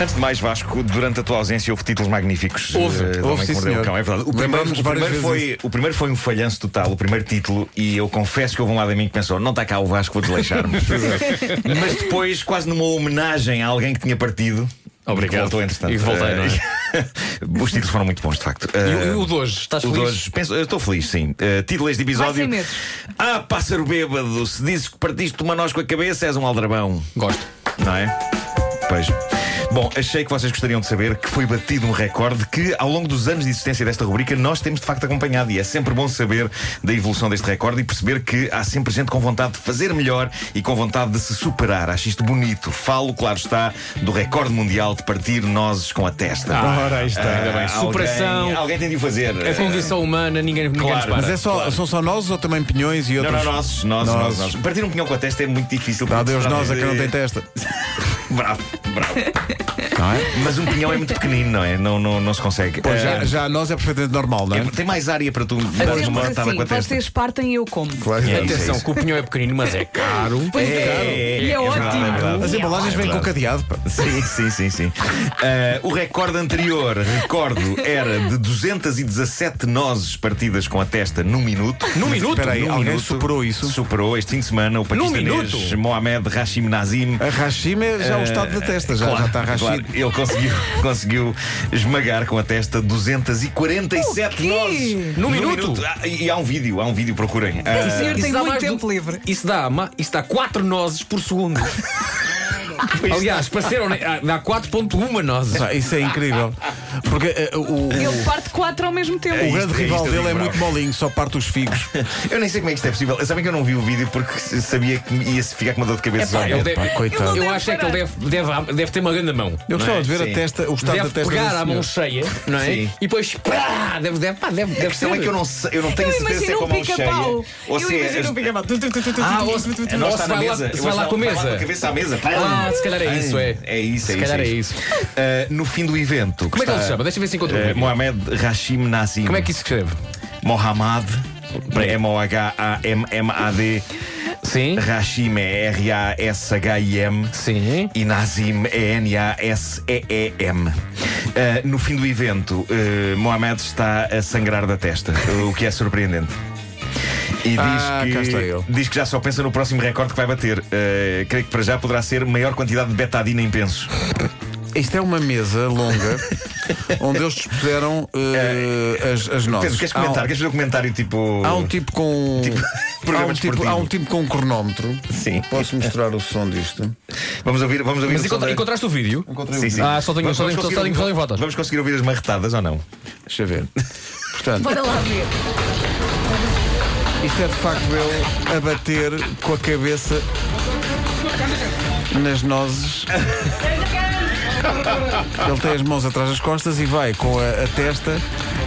Antes de mais, Vasco, durante a tua ausência houve títulos magníficos. eh, Houve, do houve, Homem que sim, Mordeu o senhor. Cão, é verdade. O primeiro, Lembramos-nos o, várias primeiro foi, o primeiro foi um falhanço total, o primeiro título, e eu confesso que houve um lado em mim que pensou: não está cá o Vasco, vou desleixar-me. Mas depois, quase numa homenagem a alguém que tinha partido. E Obrigado. que voltou, entretanto. E que voltei, não é? Os títulos foram muito bons, de facto. E Eh, o- e o de hoje? Estás o de feliz? hoje, penso, eu estou feliz, sim. Eh, título deste Vai sem episódio: medos. Ah, pássaro bêbado, se dizes que partiste uma noz com a cabeça, és um aldrabão Gosto. não é? Pois. Bom, achei que vocês gostariam de saber que foi batido um recorde que, ao longo dos anos de existência desta rubrica, nós temos de facto acompanhado. E é sempre bom saber da evolução deste recorde e perceber que há sempre gente com vontade de fazer melhor e com vontade de se superar. Acho isto bonito. Falo, claro está, do recorde mundial de partir nozes com a testa. Ah, Ah, Ora, aí está. ainda bem. alguém- Superação. Alguém, tem de o fazer. É condição humana, ninguém, ninguém Ah, Claro, nos para. mas Mas é só, são só nós ou também pinhões e Não, outros? não, nozes, nozes, Nozes. nozes, nozes. Partir um pinhão com a testa é muito difícil. Dá porque Deus se trata nós a quem não de- tem testa. é- Bravo, bravo. Mas um pinhão é muito pequenino, não é? Não, não, não se consegue. Pois já, Eh, já nós é perfeitamente normal, não é? Tem mais área para tu dares uma Fazemos matada com a assim, testa. vocês partem e eu como. Claro. É isso, é Atenção, isso. que o pinhão é pequenino, mas é caro. Pois é, e é, verdade, ótimo. é verdade. As embalagens vêm com cadeado. pá. Sim, sim, sim, sim. Ah, o recorde anterior, recordo, era de 217 nozes partidas com a testa num minuto. Num minuto? Espera aí, Num alguém minuto? superou isso? Superou este fim de semana o paquistanês minuto? Mohamed Hashim Nazim. A rachima é já o estado da testa, já, já está rachido. Claro, ele conseguiu, conseguiu esmagar com a testa 247 O quê? nozes. Num Num minuto? Ah, e há um vídeo, há um vídeo, procurem. Ah, O senhor tem dá muito mais tempo do- livre. Isso dá, ma- isso dá 4 nozes por segundo. Aliás, para ser honesto, ah, dá 4.1 nozes. Pá, Isso é incrível. Porque eh, o, Ele parte quatro ao mesmo tempo. É o isso. grande rival eu digo, dele é bravo. muito molinho, só parte os figos. Eu nem sei como é que isto é possível. Sabem que eu não vi o vídeo porque sabia que ia ficar com uma dor de cabeça. só. Epá, ele deve- Pá, coitado. Eu acho é que ele deve, deve, deve ter uma grande mão. Eu não é? gostava de ver Sim. a testa, o estado Deve da testa. pegar desse um à mão senhor. cheia, não é? Sim. E depois pá, deve, deve, pá, deve, deve A questão é ser. que eu não, sei- eu não tenho Eu certeza se é imagino com um a mão cheia pica-pau. ou Eu se é. imagino um pica-pau. Tu, tu, tu, tu, tu, Ah, tu, ou tu, tu, tu. se- a nossa ou se está vai na lá- mesa. se vai lá com a Vai lá mesa. com a cabeça à mesa. Ah, se calhar é isso, é. É isso, é Se isso. calhar é Ah, no fim do evento. Como é que ele está- se chama? Deixa eu ver se encontro o Eh, vídeo. Mohamed Hashim Nassim. Como é que isso se escreve? Mohamed, M-O-H-A-M-M-A-D, Sim. Hashim é R-A-S-H-I-M. Sim. E Nazim é N-A-S-E-E-M. Ah, no fim do evento, eh, Mohamed está a sangrar da testa, o que é surpreendente. E diz, Ah, cá está ele. que, diz que já só pensa no próximo recorde que vai bater. Ah, creio que para já poderá ser maior quantidade de betadina em pensos. Isto é uma mesa longa onde eles dispuseram eh, as, as É. nossas. Pedro, queres comentar? Há um- Queres fazer um comentário tipo. Há um tipo com. Tipo, há, programa um tipo, desportivo. há um tipo com um cronómetro. Sim. Posso mostrar o som disto? Vamos ouvir, vamos ouvir Mas o som encontra- da- encontraste o vídeo? Encontrei Sim, o sim. Ah, só tenho- Vamos- só vamos conseguir- tenho- só um tenho- só tenho votos. Vamos conseguir ouvir as marretadas ou não? Deixa eu ver. Portanto, Bora lá ver. isto é de facto ele a bater com a cabeça nas nozes. Ele tem as mãos atrás das costas e vai com a, a testa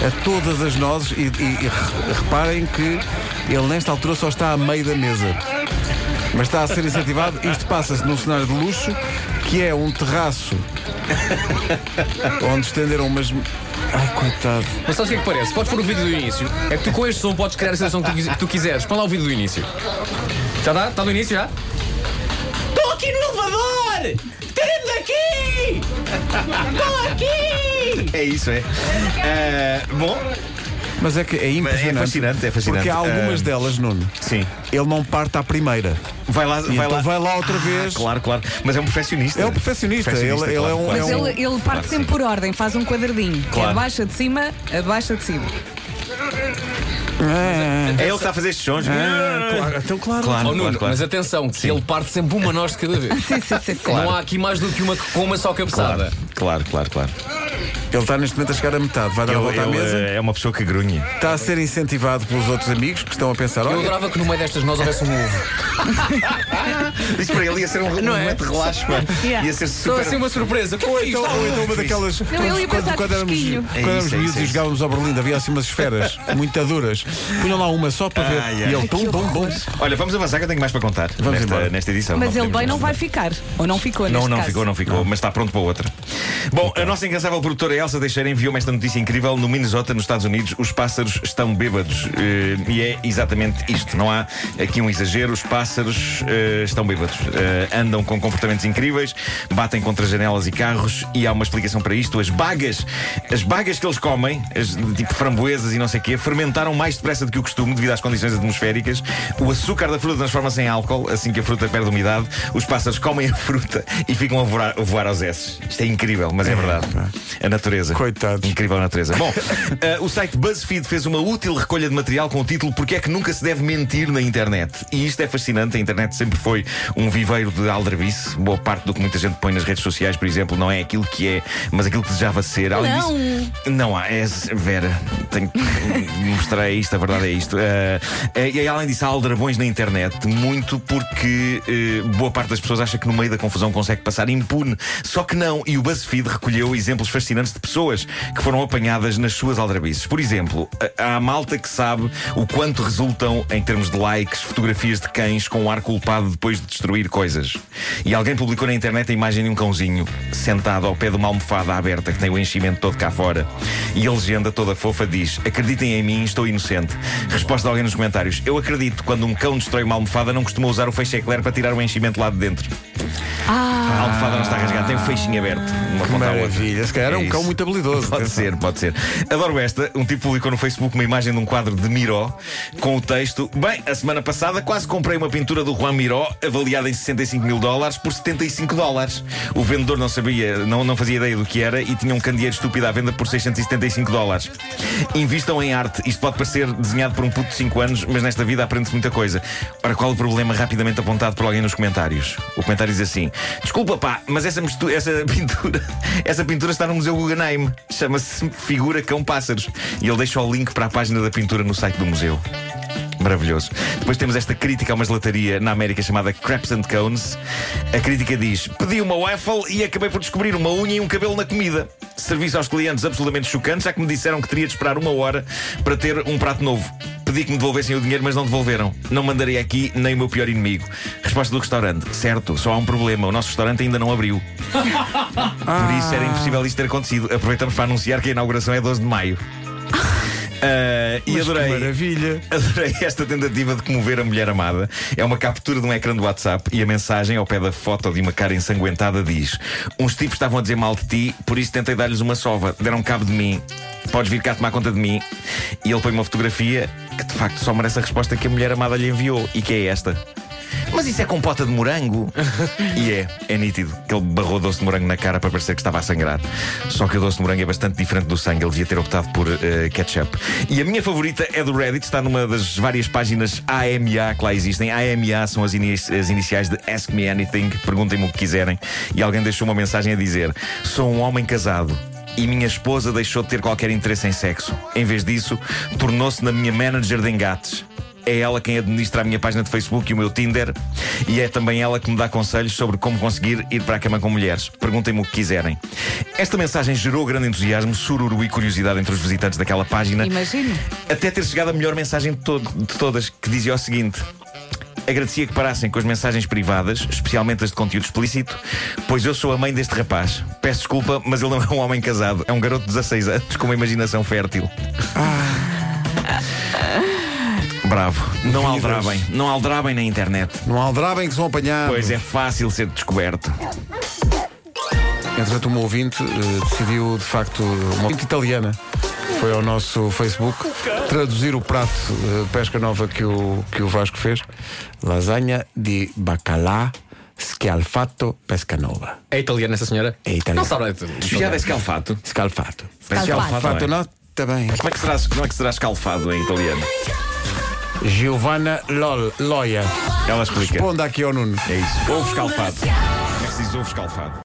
a todas as nozes e, e- e re- reparem que ele nesta altura só está a meio da mesa. Mas está a ser incentivado. Isto passa-se num cenário de luxo, que é um terraço onde estenderam umas. Ai, coitado. Mas sabes o que é que parece? Podes pôr o vídeo do início. É que tu com este som podes criar a sensação que tu, quis- que tu quiseres. Põe lá o vídeo do início. Já dá? Está no início já? Estou aqui no elevador! Tirem-me daqui! Estou aqui! É isso, é. Ah, bom, Mas é que é impressionante. fascinante, é fascinante. Porque há algumas Ah, delas, Nuno. sim. Ele não parte à primeira. Vai lá, vai então lá. vai lá outra Ah, vez. Claro, claro. Mas é um perfeccionista. É um perfeccionista, ele- ele é um- Mas É um- ele, ele parte Claro que sempre por ordem, faz um quadradinho. Que Claro. É abaixo de cima, abaixo de cima. Ah, É ele que está a fazer estes sons. claro, então claro. Claro, Oh, Nuno, claro, claro. mas atenção, que ele parte sempre uma nós de cada vez. Sim, sim, sim. sim. Não há aqui mais do que uma com uma só cabeçada. Claro, claro, claro, claro. Ele está neste momento a chegar a metade. Vai dar a Ele- volta à ele, mesa. eh, é uma pessoa que grunha. Está a ser incentivado pelos outros amigos que estão a pensar: Eu olha, adorava que no meio destas nós houvesse um ovo. Isso para ele ia ser um, um Não é? momento de relaxo, pá. Yeah. Ia ser Só super. assim uma surpresa. O que é que ou é isto? então, ou então uma daquelas. ele ia quando, pensar quando de éramos, fresquinho. quando É isso, éramos é isso, miúdos é e isso. jogávamos ao Berlim, havia assim umas esferas muito duras. Punham lá uma só para ver. Ai, E ai. ele, pum, pum, pum. Olha, vamos avançar que eu tenho mais para contar nesta, embora. nesta edição. Mas ele podemos- bem não vai ficar. Ou não ficou, Não, neste não caso. ficou, não ficou, mas está pronto para outra. Bom, a nossa incansável produtora Elsa Elsa Teixeira enviou-me esta notícia incrível. No Minnesota, nos Estados Unidos, os pássaros estão bêbados. Eh, e é exatamente isto. Não há aqui um exagero. Os pássaros eh, estão bêbados. Eh, andam com comportamentos incríveis, batem contra janelas e carros. E há uma explicação para isto. As bagas, as bagas que eles comem, as, de tipo framboesas e não sei o quê, fermentaram mais depressa do que o costume devido às condições atmosféricas. O açúcar da fruta transforma-se em álcool assim que a fruta perde umidade. Os pássaros comem a fruta e ficam a voar, a voar aos S. Isto é incrível, mas é verdade. A natureza. Coitados. Incrível a natureza. Bom, eh, o site BuzzFeed fez uma útil recolha de material com o título Porque é que nunca se deve mentir na internet? E isto é fascinante. A internet sempre foi um viveiro de aldrabice. Boa parte do que muita gente põe nas redes sociais, por exemplo, não é aquilo que é, mas aquilo que desejava ser. Além Não. disso, não há, é Vera, tenho que mostrar isto, a verdade é isto. Eh, eh, e além disso, há aldrabões na internet, muito porque eh, boa parte das pessoas acha que no meio da confusão consegue passar impune. Só que não, e o BuzzFeed recolheu exemplos fascinantes de pessoas que foram apanhadas nas suas aldrabices. Por exemplo, a- há a malta que sabe o quanto resultam, em termos de likes, fotografias de cães com ar culpado depois de destruir coisas. E alguém publicou na internet a imagem de um cãozinho sentado ao pé de uma almofada aberta que tem o enchimento todo cá fora. E a legenda toda fofa diz: Acreditem em mim, estou inocente. Resposta de alguém nos comentários: Eu acredito, quando um cão destrói uma almofada, não costuma usar o feixe eclair para tirar o enchimento lá de dentro. A almofada não está rasgada, tem o feixinho aberto. Uma Que ponta à outra. maravilha. Se calhar é um isso. cão muito habilidoso. Pode atenção. ser, pode ser. Adoro esta. Um tipo publicou no Facebook uma imagem de um quadro de Miró com o texto: Bem, a semana passada quase comprei uma pintura do Juan Miró, avaliada em 65 mil dólares, por 75 dólares. O vendedor não sabia, não, não fazia ideia do que era e tinha um candeeiro estúpido à venda por 675 dólares. Invistam em arte. Isto pode parecer desenhado por um puto de 5 anos, mas nesta vida aprende-se muita coisa. Ora, qual o problema rapidamente apontado por alguém nos comentários? O comentário diz assim: Desculpa, pá, mas essa, mistu- essa pintura essa pintura está no Museu Guggenheim. Chama-se Figura Cão Pássaros. E ele deixa o link para a página da pintura no site do museu. Maravilhoso. Depois temos esta crítica a uma gelataria na América chamada Craps and Cones. A crítica diz: Pedi uma waffle e acabei por descobrir uma unha e um cabelo na comida. Serviço aos clientes absolutamente chocante, já que me disseram que teria de esperar uma hora para ter um prato novo. Pedi que me devolvessem o dinheiro, mas não devolveram. Não mandarei aqui nem o meu pior inimigo. Resposta do restaurante: Certo, só há um problema. O nosso restaurante ainda não abriu. Por isso era impossível isto ter acontecido. Aproveitamos para anunciar que a inauguração é 12 de maio. Ah, e Mas Que adorei. maravilha. Adorei esta tentativa de comover a mulher amada. É uma captura de um ecrã do WhatsApp e a mensagem ao pé da foto de uma cara ensanguentada diz: Uns tipos estavam a dizer mal de ti, por isso tentei dar-lhes uma sova. Deram cabo de mim. Podes vir cá tomar conta de mim. E ele põe uma fotografia que de facto só merece a resposta que a mulher amada lhe enviou e que é esta. Mas isso é compota de morango? e é, é nítido. Que ele barrou doce de morango na cara para parecer que estava a sangrar. Só que o doce de morango é bastante diferente do sangue, ele devia ter optado por eh, ketchup. E a minha favorita é do Reddit, está numa das várias páginas AMA que lá existem. AMA são as, ini- as iniciais de Ask Me Anything, perguntem-me o que quiserem. E alguém deixou uma mensagem a dizer: Sou um homem casado. E minha esposa deixou de ter qualquer interesse em sexo. Em vez disso, tornou-se na minha manager de engates. É ela quem administra a minha página de Facebook e o meu Tinder, e é também ela que me dá conselhos sobre como conseguir ir para a cama com mulheres. Perguntem-me o que quiserem. Esta mensagem gerou grande entusiasmo, sururu e curiosidade entre os visitantes daquela página, Imagino. até ter chegado a melhor mensagem de, todo- de todas, que dizia o seguinte. Agradecia que parassem com as mensagens privadas, especialmente as de conteúdo explícito, pois eu sou a mãe deste rapaz. Peço desculpa, mas ele não é um homem casado, é um garoto de 16 anos com uma imaginação fértil. Ah. Bravo. Não Vidas. aldrabem, não aldrabem na internet, Não aldrabem que são apanhados. pois é fácil ser descoberto. Entretanto, uma ouvinte eh, decidiu, de facto, uma ouvinte italiana foi ao nosso Facebook traduzir o prato eh, de pesca nova que o, que o Vasco fez: lasanha de bacalá scalfato pesca nova. É italiana essa senhora? É italiana. Não sabe nada de Desfiado é escalfato. Scalfato. Escalfato, Scalfato, não é? não? Tá Também. Como é que será, como é que será escalfado em italiano? Giovanna Lol, Loia. Ela explica. Responda aqui ao Nuno. É isso. Ovo escalfado. É preciso ovo escalfado.